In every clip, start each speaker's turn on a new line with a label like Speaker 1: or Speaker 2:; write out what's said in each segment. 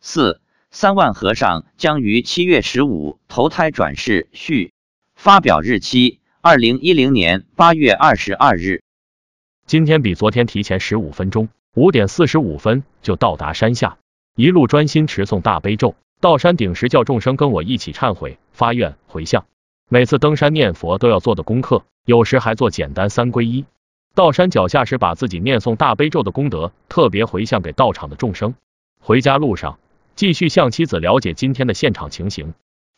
Speaker 1: 四三万和尚将于七月十五投胎转世序，发表日期二零一零年八月二十二日。
Speaker 2: 今天比昨天提前十五分钟，五点四十五分就到达山下，一路专心持诵大悲咒。到山顶时叫众生跟我一起忏悔、发愿、回向。每次登山念佛都要做的功课，有时还做简单三皈依。到山脚下时，把自己念诵大悲咒的功德特别回向给到场的众生。回家路上，继续向妻子了解今天的现场情形。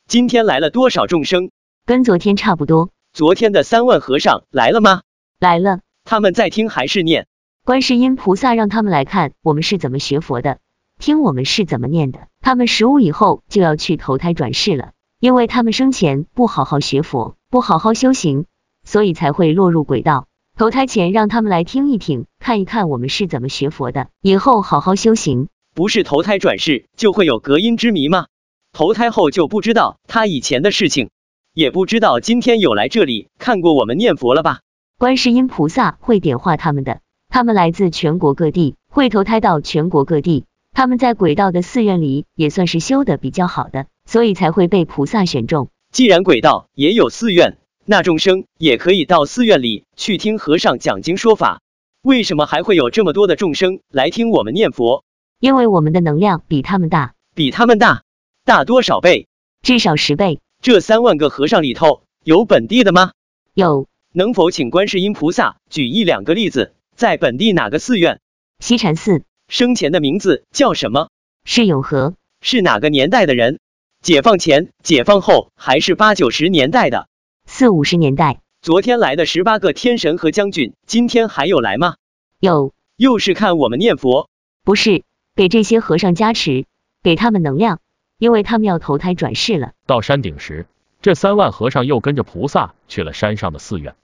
Speaker 3: 今天来了多少众生？
Speaker 4: 跟昨天差不多。
Speaker 3: 昨天的三万和尚来了吗？
Speaker 4: 来了。
Speaker 3: 他们在听还是念？
Speaker 4: 观世音菩萨让他们来看我们是怎么学佛的，听我们是怎么念的。他们十五以后就要去投胎转世了，因为他们生前不好好学佛，不好好修行，所以才会落入轨道。投胎前让他们来听一听，看一看我们是怎么学佛的，以后好好修行。
Speaker 3: 不是投胎转世就会有隔音之谜吗？投胎后就不知道他以前的事情，也不知道今天有来这里看过我们念佛了吧？
Speaker 4: 观世音菩萨会点化他们的，他们来自全国各地，会投胎到全国各地。他们在轨道的寺院里也算是修的比较好的，所以才会被菩萨选中。
Speaker 3: 既然轨道也有寺院。那众生也可以到寺院里去听和尚讲经说法，为什么还会有这么多的众生来听我们念佛？
Speaker 4: 因为我们的能量比他们大，
Speaker 3: 比他们大，大多少倍？
Speaker 4: 至少十倍。
Speaker 3: 这三万个和尚里头有本地的吗？
Speaker 4: 有。
Speaker 3: 能否请观世音菩萨举一两个例子，在本地哪个寺院？
Speaker 4: 西禅寺。
Speaker 3: 生前的名字叫什么？
Speaker 4: 是永和。
Speaker 3: 是哪个年代的人？解放前、解放后还是八九十年代的？
Speaker 4: 四五十年代，
Speaker 3: 昨天来的十八个天神和将军，今天还有来吗？
Speaker 4: 有，
Speaker 3: 又是看我们念佛，
Speaker 4: 不是给这些和尚加持，给他们能量，因为他们要投胎转世了。
Speaker 2: 到山顶时，这三万和尚又跟着菩萨去了山上的寺院。